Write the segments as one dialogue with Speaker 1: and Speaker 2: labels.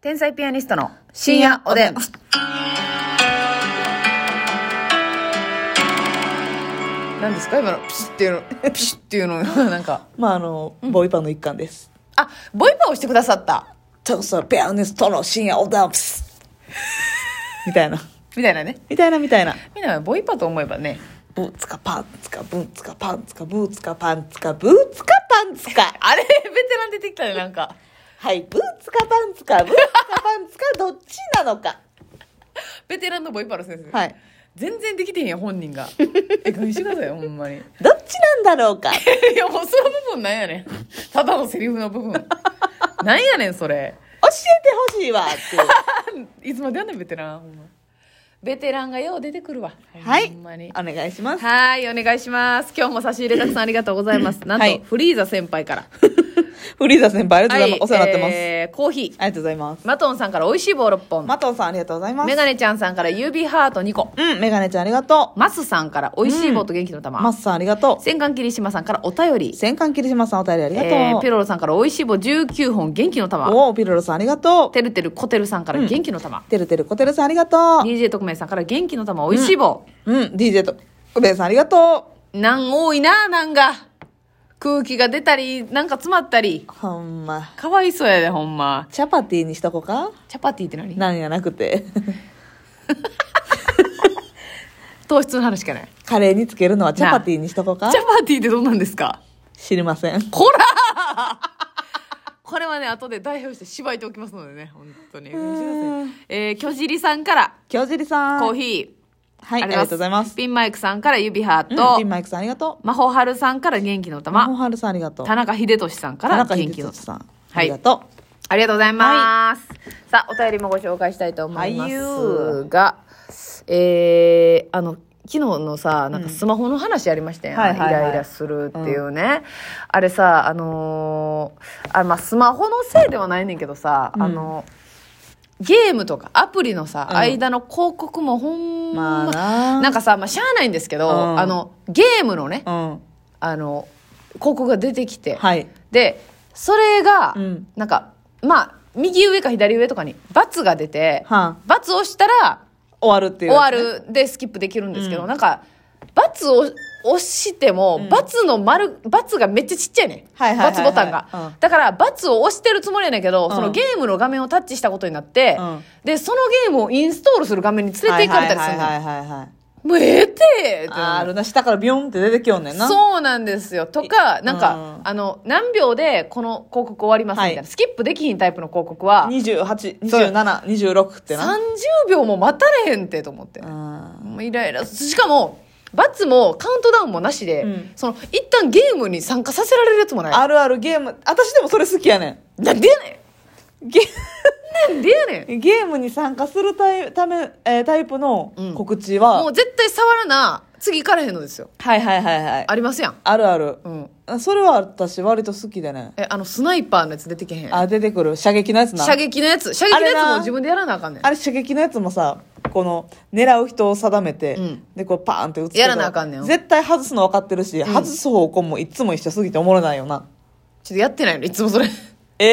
Speaker 1: 天才ピアニストの深夜おでん。何ですか今のピシッっていうの、 ピシッっていうの、なんか。
Speaker 2: まああの、ボイパの一環です。
Speaker 1: あ、ボイパをしてくださった。
Speaker 2: ちょっとさ、ピアニストの深夜おだんプス みたいな。
Speaker 1: みたいなね。
Speaker 2: みたいなみたいな。
Speaker 1: みんなボイパと思えばね。
Speaker 2: ブーツかパンツかブーツかパンツかブーツかパンツかブーツかパンツか。
Speaker 1: あれ、ベテラン出てきたね、なんか。
Speaker 2: はい、ブーツかパンツかブーツかパンツかどっちなのか。
Speaker 1: ベテランのボイパの先生。
Speaker 2: はい。
Speaker 1: 全然できてへんやん、本人 が。え、返してくださいよ、ほんまに。
Speaker 2: どっちなんだろう か。
Speaker 1: いや、もうその部分なんやねん。ただのセリフの部分。 なんやねん、それ。
Speaker 2: 教えてほしいわっていう。
Speaker 1: いつまでやんねん、ベテラン。ほんまベテランがよう出てくるわ。
Speaker 2: はい。
Speaker 1: ほんまに。
Speaker 2: お願いします。
Speaker 1: はい、お願いします。今日も差し入れたくさんありがとうござい ます。なんと、
Speaker 2: はい
Speaker 1: フリーザ先輩から。
Speaker 2: フリーザ先輩、ありがとうございます。お世話になってます。
Speaker 1: えーコーヒ
Speaker 2: ありがとうございます。
Speaker 1: ー。マトンさんから美味しい棒6本。
Speaker 2: マトンさん、ありがとうございます
Speaker 1: メ。ガネちゃんさんから指ハート2個。
Speaker 2: うん、メガネちゃん、ありがとう。
Speaker 1: マスさんから美味しい棒と元気の玉。
Speaker 2: マスさん、ありがとう。
Speaker 1: 戦艦霧島さんからお便り。
Speaker 2: 戦艦霧島さん、お便りありがとう。
Speaker 1: えーピロロさんから美味しい棒19本元気の玉。
Speaker 2: おお、ピロロさんありがとう。
Speaker 1: てるてるコテルさんから元気の玉。
Speaker 2: てるてるこてるさんありがと
Speaker 1: DJ 特命さんから元気の玉美味しい棒。
Speaker 2: う。うん、DJ と、うべえさんありがと
Speaker 1: なん多いな、なんが。空気が出たり、なんか詰まったり
Speaker 2: う。。ほんま。
Speaker 1: かわいそうやで、ほんま。
Speaker 2: チャパティにしとこうか
Speaker 1: チャパティって何
Speaker 2: なんやなくて。
Speaker 1: 糖質の話しかない。
Speaker 2: カレーにつけるのはチャパティにしとこうか
Speaker 1: チャパティってどうなんですか
Speaker 2: 知りません。
Speaker 1: こらーこれはね、後で代表してしばいておきますのでね、本当に。えー、巨尻さんから
Speaker 2: 京尻さん。
Speaker 1: コーヒー。
Speaker 2: はい、ありがとうございます。
Speaker 1: ピンマイクさんから指ハー
Speaker 2: うん
Speaker 1: ト
Speaker 2: ピン。マイクさんありがとう。
Speaker 1: マホハルさんから元気の
Speaker 2: マホ
Speaker 1: 玉。
Speaker 2: ハルさんありがとう。
Speaker 1: 田中秀俊さんか
Speaker 2: 田
Speaker 1: ら
Speaker 2: 中
Speaker 1: 元
Speaker 2: 秀
Speaker 1: 気の
Speaker 2: 俊
Speaker 1: 玉。
Speaker 2: さん。
Speaker 1: は
Speaker 2: あ
Speaker 1: い
Speaker 2: りがと
Speaker 1: ありがとうございます。さあ、お便りもご紹介したいと思いま
Speaker 2: はい
Speaker 1: す
Speaker 2: よ
Speaker 1: が、えー、あの、昨日のさ、なんかスマホの話ありましたよね、
Speaker 2: はいはいはい
Speaker 1: イライラするっていうね。あれさ、あのーあ、まあ、スマホのせいではないねんけどさ、あの、ゲームとかアプリのさ、
Speaker 2: うん
Speaker 1: 間の広告もほん
Speaker 2: う。
Speaker 1: ま、
Speaker 2: まあな。
Speaker 1: なんかさ、まあ、しゃあないんですけど、
Speaker 2: うん
Speaker 1: あの、ゲームのね、
Speaker 2: うん。
Speaker 1: あの、広告が出てきて、
Speaker 2: はい。
Speaker 1: でそれが、
Speaker 2: うん
Speaker 1: なんかまあ右上か左上とかに×が出て、
Speaker 2: は
Speaker 1: ×をしたら
Speaker 2: 終わるってい
Speaker 1: 終
Speaker 2: うやつね。
Speaker 1: わるでスキップできるんですけど、
Speaker 2: うん
Speaker 1: なんか×を押しても、×の丸×がめっちゃちっちゃいね、
Speaker 2: はいはいはいはい
Speaker 1: ×ボタンが、
Speaker 2: うん
Speaker 1: だから×を押してるつもりやねんけど、
Speaker 2: うん
Speaker 1: そのゲームの画面をタッチしたことになって、
Speaker 2: うん
Speaker 1: でそのゲームをインストールする画面に連れて行かれたりするの、
Speaker 2: はいはいはいはいはい。
Speaker 1: もうええってって
Speaker 2: あーあるな、下からビョンって出てきよんねんな。
Speaker 1: そうなんですよとか
Speaker 2: い
Speaker 1: なんか、
Speaker 2: うん
Speaker 1: あの何秒でこの広告終わりますみたいな、
Speaker 2: はい
Speaker 1: スキップできひんタイプの広告はそう
Speaker 2: 282726ってな
Speaker 1: 30秒も待たれへんってと思って、
Speaker 2: うん
Speaker 1: もうイライラしかも罰もカウントダウンもなしで、
Speaker 2: うん
Speaker 1: その一旦ゲームに参加させられるやつもない
Speaker 2: あるあるゲーム私でもそれ好きやね
Speaker 1: なんでやね
Speaker 2: んゲ
Speaker 1: んなんでやねん
Speaker 2: ゲームに参加するタイため、えータイプの
Speaker 1: うん
Speaker 2: 告知は、
Speaker 1: もう絶対触らな次行かれへんのですよ
Speaker 2: はいはいはいはい
Speaker 1: ありますやん
Speaker 2: あるある
Speaker 1: う、ん
Speaker 2: それは私割と好きでね
Speaker 1: えあのスナイパーのやつ出てけへん
Speaker 2: あ出てくる射撃のやつな
Speaker 1: 射撃のやつ射撃のや
Speaker 2: あ
Speaker 1: つ
Speaker 2: れ
Speaker 1: も
Speaker 2: な
Speaker 1: 自分でやらなあかんねん
Speaker 2: あれ射撃のやつもさこの狙う人を定めて、
Speaker 1: うん
Speaker 2: でこうパーンって打つけど
Speaker 1: やらなあかんねん
Speaker 2: 絶対外すの分かってるし、外す方向もいつも一緒すぎておもろないよな
Speaker 1: ちょっとやってないのいつもそれ
Speaker 2: え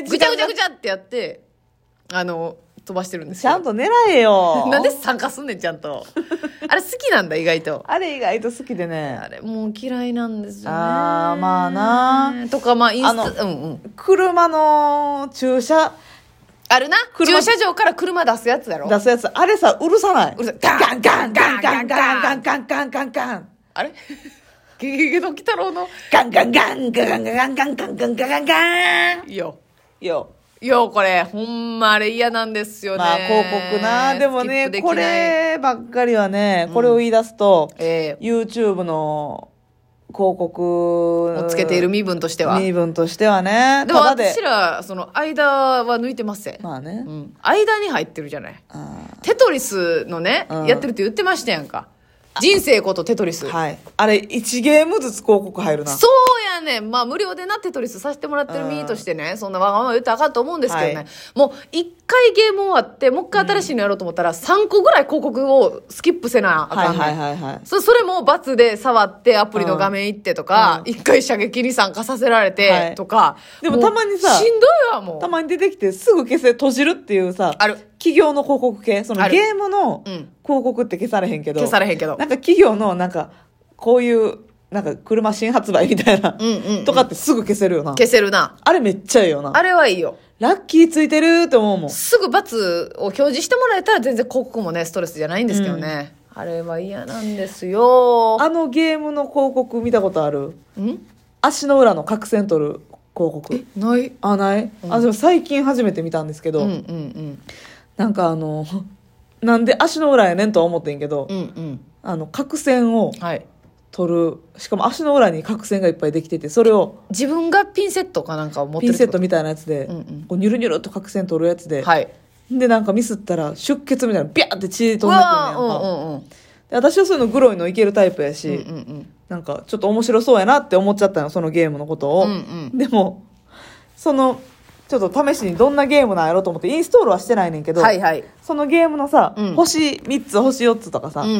Speaker 2: えー、
Speaker 1: ぐちゃぐちゃぐ
Speaker 2: ち
Speaker 1: ちゃってやってあの飛ばしてるんです
Speaker 2: ちゃん
Speaker 1: と
Speaker 2: と狙えよ
Speaker 1: なんで参加すんねんちゃん とあれ好きなんだ意外と
Speaker 2: あれ意外と好きでね
Speaker 1: あれもう嫌いなんですよね
Speaker 2: あーまあな
Speaker 1: とかまあイン
Speaker 2: あの
Speaker 1: スタうんうん
Speaker 2: 車の駐車
Speaker 1: あるな
Speaker 2: 車
Speaker 1: 駐車場から車出すやつだろ
Speaker 2: 出すやつあれさうるさないう
Speaker 1: るさい
Speaker 2: ガンガンガンガンガンガン
Speaker 1: ガ
Speaker 2: ガンガンガンガン
Speaker 1: あれ ゲゲゲの鬼太郎の
Speaker 2: ガンガンガンガンガンガンガンガンガンガンガンガン
Speaker 1: いや
Speaker 2: よ
Speaker 1: いやこれほんまあれ嫌なんですよね
Speaker 2: まあ広告なでも
Speaker 1: スキップ
Speaker 2: ね
Speaker 1: きない
Speaker 2: こればっかりはねこれを言い出すと
Speaker 1: ええ
Speaker 2: YouTube の広告
Speaker 1: をつけている身分としては
Speaker 2: 身分としてはね
Speaker 1: でも
Speaker 2: ただで
Speaker 1: 私らその間は抜いてません、
Speaker 2: まあね
Speaker 1: うん、間に入ってるじゃない
Speaker 2: あー
Speaker 1: テトリスのね、
Speaker 2: うん
Speaker 1: やってるって言ってましたやんか。人生ことテトリス。
Speaker 2: はい。あれ、1ゲームずつ広告入るな。
Speaker 1: そうやねん。まあ、無料でな、テトリスさせてもらってる身としてね、そんなわがまま言ったらあかんと思うんですけどね、
Speaker 2: はい
Speaker 1: もう一回ゲーム終わって、もう一回新しいのやろうと思ったら、3個ぐらい広告をスキップせなあ
Speaker 2: は
Speaker 1: かんね
Speaker 2: い
Speaker 1: ん。
Speaker 2: はいはいはい。
Speaker 1: そそれも罰で触ってアプリの画面行ってとか、
Speaker 2: う
Speaker 1: 一回射撃に参加させられ
Speaker 2: は
Speaker 1: て
Speaker 2: い
Speaker 1: とか、
Speaker 2: でも
Speaker 1: う
Speaker 2: たまにさ
Speaker 1: しんどいわもう
Speaker 2: たまに出てきてすぐ消せ、閉じるっていうさ、
Speaker 1: ある
Speaker 2: 企業の広告系、その
Speaker 1: ある
Speaker 2: ゲームの
Speaker 1: うん
Speaker 2: 広告って消されへんけど、
Speaker 1: 消されへんけど
Speaker 2: なんか企業のなんか、こういう、なんか車新発売みたいな、
Speaker 1: んうんうん
Speaker 2: とかってすぐ消せるよな。
Speaker 1: 消せるな
Speaker 2: あれめっちゃいいよな。
Speaker 1: あれはいいよ
Speaker 2: ラッキーついてるって思うもん。
Speaker 1: すぐ罰を表示してもらえたら全然広告もねストレスじゃないんですけどね、あれは嫌なんですよ
Speaker 2: あのゲームの広告見たことある
Speaker 1: ん
Speaker 2: 足の裏の角線取る広告。
Speaker 1: ない
Speaker 2: あ、ない、あ、でも最近初めて見たんですけ
Speaker 1: う
Speaker 2: ど、
Speaker 1: んうんうん
Speaker 2: なんかあの、なんで足の裏やねんとは思ってんけど、
Speaker 1: うんうん
Speaker 2: あの、角線を
Speaker 1: はい
Speaker 2: 取る。しかも足の裏に角線がいっぱいできてて、それを
Speaker 1: 自分がピンセットかなんかを持って
Speaker 2: ピ
Speaker 1: る
Speaker 2: ン
Speaker 1: って
Speaker 2: セッ
Speaker 1: こ
Speaker 2: ト
Speaker 1: と
Speaker 2: みたいなやつで、
Speaker 1: うんうん
Speaker 2: こうニュルニュルっと角線取るやつで、
Speaker 1: はい
Speaker 2: で、なんかミスったら出血みたいな、ビャーって血飛んでく
Speaker 1: う
Speaker 2: るんやん
Speaker 1: わー
Speaker 2: か
Speaker 1: うんうんうん
Speaker 2: で私はそういうのグロいのいけるタイプやし、
Speaker 1: うんうん
Speaker 2: なんかちょっと面白そうやなって思っちゃったのそのゲームのことを、
Speaker 1: うんうん
Speaker 2: でもそのちょっと試しにどんなゲームなんやろうと思ってインストールはしてないねんけ
Speaker 1: うん
Speaker 2: ど、
Speaker 1: はいはい
Speaker 2: そのゲームのさ、
Speaker 1: うん
Speaker 2: 星3つ星4つとかさ、
Speaker 1: うんうんう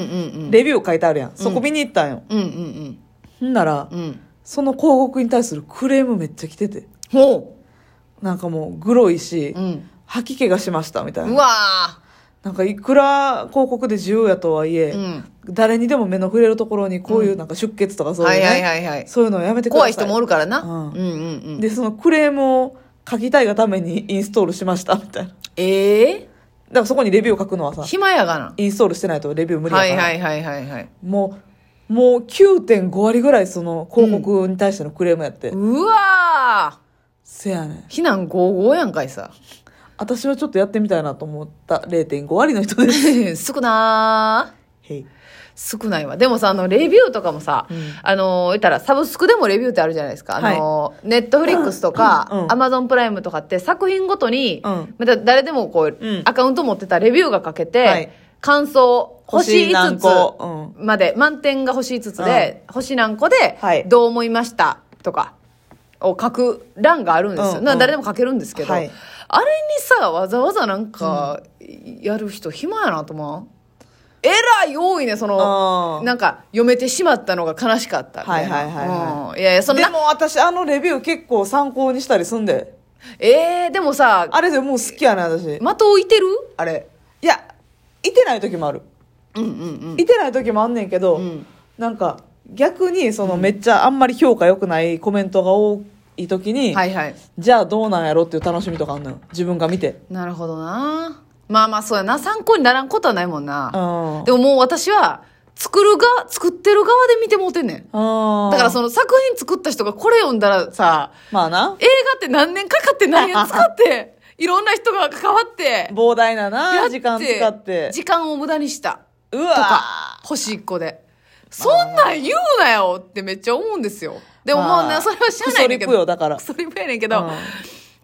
Speaker 1: ん
Speaker 2: レビュー書いてあるやんそこ見に行ったんよ、
Speaker 1: うんうん
Speaker 2: ん、なら、
Speaker 1: うんうん
Speaker 2: その広告に対するクレームめっちゃ来てて
Speaker 1: ほ
Speaker 2: なんかもうグロいし、
Speaker 1: ううん
Speaker 2: 吐き気がしましたみたいうな
Speaker 1: わ
Speaker 2: なんかいくら広告で自由やとはいえ、
Speaker 1: ーうん
Speaker 2: 誰にでも目の触れるところにこういうなんか出血とかそういう
Speaker 1: は
Speaker 2: ね、
Speaker 1: いはいはいはい
Speaker 2: そういうのをやめてくだ
Speaker 1: 怖
Speaker 2: さ
Speaker 1: い
Speaker 2: い
Speaker 1: 人もおるからな、
Speaker 2: うん
Speaker 1: うんうんうん
Speaker 2: で、そのクレームを書きたいがためにインストールしました、みたいな。だか
Speaker 1: ええ
Speaker 2: らそこにレビューを書くのはさ、
Speaker 1: 暇やがな
Speaker 2: インストールしてないとレビュー無理やか
Speaker 1: はい
Speaker 2: ら。
Speaker 1: はいはいはいはい
Speaker 2: もう、もう9.5割ぐらいその広告に対してのクレームやって。
Speaker 1: うわ
Speaker 2: せやねん
Speaker 1: ー。避難55やんかい さ
Speaker 2: 私はちょっとやってみたいなと思った0.5割の人 です。
Speaker 1: 少なー
Speaker 2: へい。
Speaker 1: 少ないわでもさあのレビューとかもさ、
Speaker 2: うん
Speaker 1: あの言ったらサブスクでもレビューってあるじゃないですか、あのネットフリックスとか、
Speaker 2: うんうん
Speaker 1: アマゾンプライムとかって作品ごとに、
Speaker 2: うん
Speaker 1: また誰でもこう、
Speaker 2: うん
Speaker 1: アカウント持ってたらレビューがかけて、
Speaker 2: はい
Speaker 1: 感想星5
Speaker 2: 星何
Speaker 1: つ
Speaker 2: 個
Speaker 1: まで、満点が星5つで、星何個で、
Speaker 2: はい
Speaker 1: どう思いましたとかを書く欄があるんですよ、
Speaker 2: うんうん
Speaker 1: な誰でも書けるんですけど、
Speaker 2: はい
Speaker 1: あれにさわざわざなんかやる人暇やなと思うえらい多いねその
Speaker 2: あー
Speaker 1: なんか読めてしまったのが悲しかったみたいな
Speaker 2: はいはいはいは
Speaker 1: うんいやいやそん
Speaker 2: で
Speaker 1: な
Speaker 2: も私あのレビュー結構参考にしたりすんで。
Speaker 1: えー、でもさ
Speaker 2: あれでもう好きやねん私。
Speaker 1: 的を置いてるあれ
Speaker 2: いや、いてない時もある。
Speaker 1: うんうんうん
Speaker 2: いてない時もあんねんけど、
Speaker 1: ん
Speaker 2: なんか逆にそのめっちゃあんまり評価良くないコメントが多い時に、
Speaker 1: はいはい
Speaker 2: じゃあどうなんやろっていう楽しみとかあんのよ自分が見て
Speaker 1: なるほどなまあまあそうやな参考にならんことはないもんな
Speaker 2: うん
Speaker 1: でももう私は作る側作ってる側で見てもうてんねん
Speaker 2: あ
Speaker 1: だからその作品作った人がこれ読んだらさ
Speaker 2: まあな
Speaker 1: 映画って何年かかって何 年使っていろんな人が関わって
Speaker 2: 膨大なな
Speaker 1: やって
Speaker 2: 時間使って
Speaker 1: 時間を無駄にした
Speaker 2: う
Speaker 1: と
Speaker 2: わ
Speaker 1: か星1個でそんなん言うなよってめっちゃ思うんですよでももう
Speaker 2: ま
Speaker 1: な
Speaker 2: あ
Speaker 1: それは知らないねんけど
Speaker 2: クソリプよだから
Speaker 1: クソリプやねんけど、
Speaker 2: うん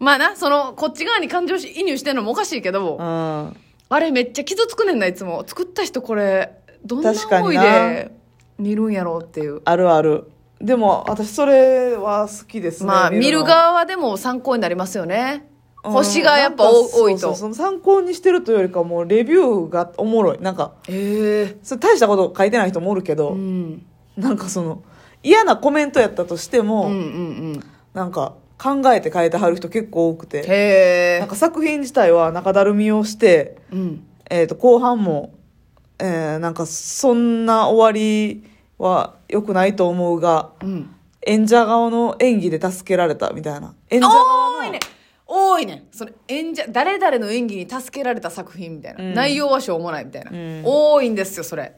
Speaker 1: まあなそのこっち側に感情移入してんのもおかしいけど、
Speaker 2: うん
Speaker 1: あれめっちゃ傷つくねんないつも作った人これどんな
Speaker 2: 確かに
Speaker 1: 思い
Speaker 2: な
Speaker 1: で見るんやろうっていう
Speaker 2: あるあるでも私それは好きですね
Speaker 1: まあ見る
Speaker 2: の
Speaker 1: 側はでも参考になりますよね
Speaker 2: うん
Speaker 1: 星がやっぱ
Speaker 2: なんか
Speaker 1: 多多い
Speaker 2: そうそう
Speaker 1: と
Speaker 2: その参考にしてるというよりかはもうレビューがおもろいなんか
Speaker 1: へえ
Speaker 2: それ大したこと書いてない人もおるけど、
Speaker 1: うん
Speaker 2: なんかその嫌なコメントやったとしても、
Speaker 1: うんうんうん
Speaker 2: なんか考えて変えてはる人結構多くて
Speaker 1: へえ
Speaker 2: なんか作品自体は中だるみをして、
Speaker 1: うん
Speaker 2: えー、と後半も、えーなんかそんな終わりは良くないと思うが
Speaker 1: うん
Speaker 2: 演者側の演技で助けられたみたいな演者側
Speaker 1: 多
Speaker 2: の
Speaker 1: いね多いねその演者誰々の演技に助けられた作品みたいな、
Speaker 2: うん
Speaker 1: 内容はしょうもないみたいな、
Speaker 2: ん
Speaker 1: 多いんですよそれ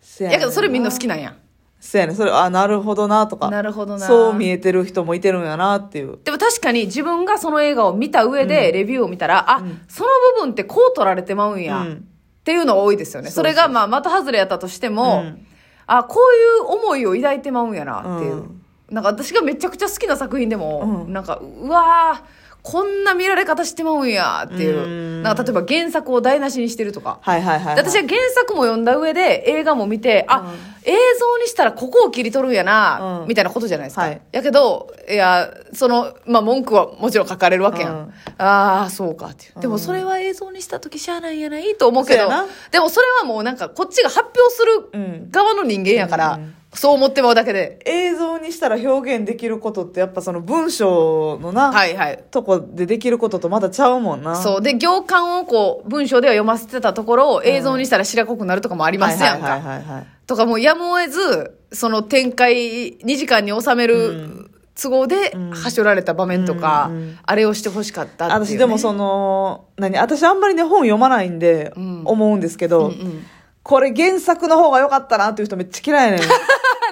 Speaker 2: せや
Speaker 1: や
Speaker 2: ね
Speaker 1: けどそれみんな好き
Speaker 2: な
Speaker 1: なんや
Speaker 2: せやねんそれあなるほどなとか
Speaker 1: なるほどな
Speaker 2: そう見えてる人もいてるんやなっていう
Speaker 1: でも確かに自分がその映画を見た上でレビューを見たら、あ、その部分ってこう取られてまうんや、
Speaker 2: うん
Speaker 1: っていうのが多いですよね。そ
Speaker 2: そうそう
Speaker 1: れがまあ的外れやったとしても、
Speaker 2: うん
Speaker 1: あ、こういう思いを抱いてまうんやなっていう。
Speaker 2: うん
Speaker 1: なんか私がめちゃくちゃ好きな作品でも、
Speaker 2: うん
Speaker 1: なんか、うわーこんな見られ方してまうんやっていうう。
Speaker 2: ん
Speaker 1: なんか例えば原作を台無しにしてるとか。
Speaker 2: はいはいはい、はい。
Speaker 1: で私は原作も読んだ上で映画も見て、
Speaker 2: うん
Speaker 1: あ、映像にしたらここを切り取るんやな、
Speaker 2: うん
Speaker 1: みたいなことじゃないですか。
Speaker 2: はい
Speaker 1: やけど、いや、その、まあ文句はもちろん書かれるわけやん。
Speaker 2: うん
Speaker 1: ああ、そうかっていう。で
Speaker 2: う
Speaker 1: も
Speaker 2: ん
Speaker 1: それは映像にした時しゃあないんやないと思うけど
Speaker 2: そうやな、
Speaker 1: でもそれはもうなんかこっちが発表す
Speaker 2: う
Speaker 1: る
Speaker 2: ん
Speaker 1: 側の人間やから、
Speaker 2: うん
Speaker 1: そう思ってまうだけで。
Speaker 2: 映像にしたら表現できることってやっぱその文章のな、
Speaker 1: はいはい。
Speaker 2: とこでできることとまだちゃうもんな。
Speaker 1: そう。で、行間をこう、文章では読ませてたところを映像にしたら白濃くなるとかもありますやん
Speaker 2: はい
Speaker 1: か。
Speaker 2: はいはいはいはい
Speaker 1: とかもうやむを得ず、その展開2時間に収め
Speaker 2: う
Speaker 1: る都合で、
Speaker 2: うん
Speaker 1: はしょられた場面とか
Speaker 2: うんうん、
Speaker 1: あれをしてほしかったっていう、ね。
Speaker 2: 私でもその、何私あんまりね、本読まないんで、
Speaker 1: うん
Speaker 2: 思うんですけ
Speaker 1: うん
Speaker 2: ど、
Speaker 1: うん。
Speaker 2: これ原作の方が良かったなっていう人めっちゃ嫌いやねん。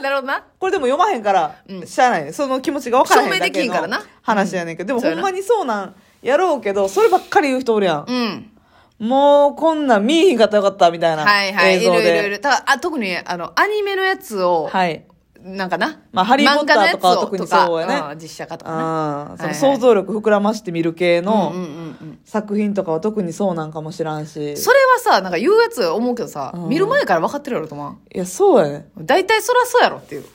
Speaker 1: なるほどな。
Speaker 2: これでも読まへんから、
Speaker 1: うん
Speaker 2: しゃあないねその気持ちが分からへんだけの
Speaker 1: 証明できんからな
Speaker 2: 話やねんけど、
Speaker 1: うん
Speaker 2: でもほんまにそうなんやろうけど、そればっかり言う人おるやん。
Speaker 1: うん。
Speaker 2: もうこんなん見えへんかったらよかったみたいな。
Speaker 1: はいはい。い
Speaker 2: 映像
Speaker 1: ろ
Speaker 2: で。
Speaker 1: いろいろ。ただ、あ、特に、あの、アニメのやつを、
Speaker 2: はい。
Speaker 1: なんかな。
Speaker 2: まあハリーポッターとかは
Speaker 1: 漫画のやつを
Speaker 2: 特にそうやね
Speaker 1: とかん実写化とかな。
Speaker 2: あ
Speaker 1: は
Speaker 2: ーそ
Speaker 1: いは
Speaker 2: の
Speaker 1: い
Speaker 2: 想像力膨らまして見る系
Speaker 1: うんう
Speaker 2: の
Speaker 1: んうんうん。
Speaker 2: 作品とかは特にそうなんかもしらんし。
Speaker 1: それはさ、なんか言うやつ思うけどさ、
Speaker 2: うん
Speaker 1: 見る前から分かってるやろと思
Speaker 2: いや、そうやね。
Speaker 1: う。大体そらそうやろっていう。
Speaker 2: うん。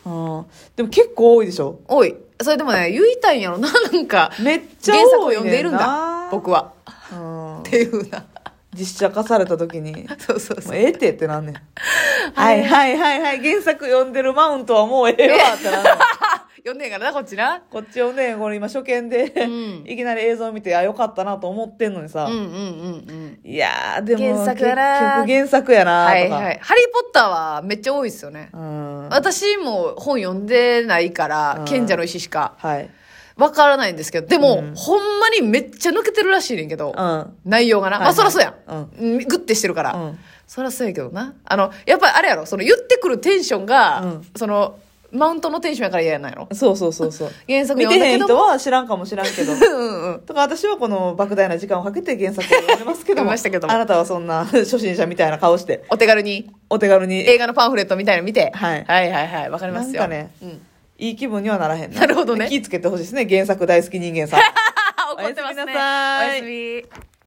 Speaker 2: でも結構多いでしょ。
Speaker 1: おい。それでもね、言いたいんやろな、なんか。
Speaker 2: めっちゃ
Speaker 1: 原作を
Speaker 2: 多
Speaker 1: 読
Speaker 2: い
Speaker 1: んでい
Speaker 2: ね
Speaker 1: る
Speaker 2: ん
Speaker 1: んだ
Speaker 2: な。。
Speaker 1: 僕は。
Speaker 2: うん
Speaker 1: っていうな。
Speaker 2: 実写化された時に。
Speaker 1: そうそうそ
Speaker 2: も
Speaker 1: う。
Speaker 2: うええってってなん ねん。はいはいはいはい。原作読んでるマウントはもうええわってな んねん。
Speaker 1: 読んでんからな、こっちな。
Speaker 2: こっちをね、これ今初見で、
Speaker 1: ん
Speaker 2: いきなり映像見て、あ、よかったなと思ってんのにさ。
Speaker 1: うんうんうんうん。
Speaker 2: いやー、でも、
Speaker 1: 原作やなー
Speaker 2: 結局原作やな
Speaker 1: は
Speaker 2: ー
Speaker 1: い
Speaker 2: とか。
Speaker 1: はい。ハリーポッターはめっちゃ多いですよね
Speaker 2: う。ん。
Speaker 1: 私も本読んでないから
Speaker 2: う、ん
Speaker 1: 賢者の石しか
Speaker 2: はい。
Speaker 1: わからないんですけど、でも、
Speaker 2: うん
Speaker 1: ほんまにめっちゃ抜けてるらしいねんけど、
Speaker 2: うん。
Speaker 1: 内容がな。ま
Speaker 2: は
Speaker 1: あ
Speaker 2: いはい
Speaker 1: そらそうや。
Speaker 2: うん
Speaker 1: うん。グッてしてるから。
Speaker 2: うん。
Speaker 1: そりゃそうやけどな。あの、やっぱりあれやろ、その言ってくるテンションが、
Speaker 2: うん
Speaker 1: その、マウントのテンションやから嫌やないの
Speaker 2: そうそうそうそう。
Speaker 1: 原作
Speaker 2: 見
Speaker 1: 読
Speaker 2: て
Speaker 1: んだ
Speaker 2: へ
Speaker 1: け
Speaker 2: ん
Speaker 1: ど
Speaker 2: 人は知らんかもしらんけど。
Speaker 1: うんうんうん。
Speaker 2: とか、私はこの莫大な時間をかけて原作を読んでますけ
Speaker 1: 読み
Speaker 2: ども。
Speaker 1: ましたけども
Speaker 2: あなたはそんな初心者みたいな顔して、
Speaker 1: お手軽に
Speaker 2: お手軽に、
Speaker 1: 映画のパンフレットみたいなの見て。
Speaker 2: はい
Speaker 1: はいはいはい。わかりますよ。
Speaker 2: なんかね
Speaker 1: うん。
Speaker 2: いい気分にはならへん
Speaker 1: なるほどね
Speaker 2: 気ぃつけてほしいですね。原作大好き人間さん。
Speaker 1: あ、怒ってますね。
Speaker 2: おやすみなさい
Speaker 1: おやすみ。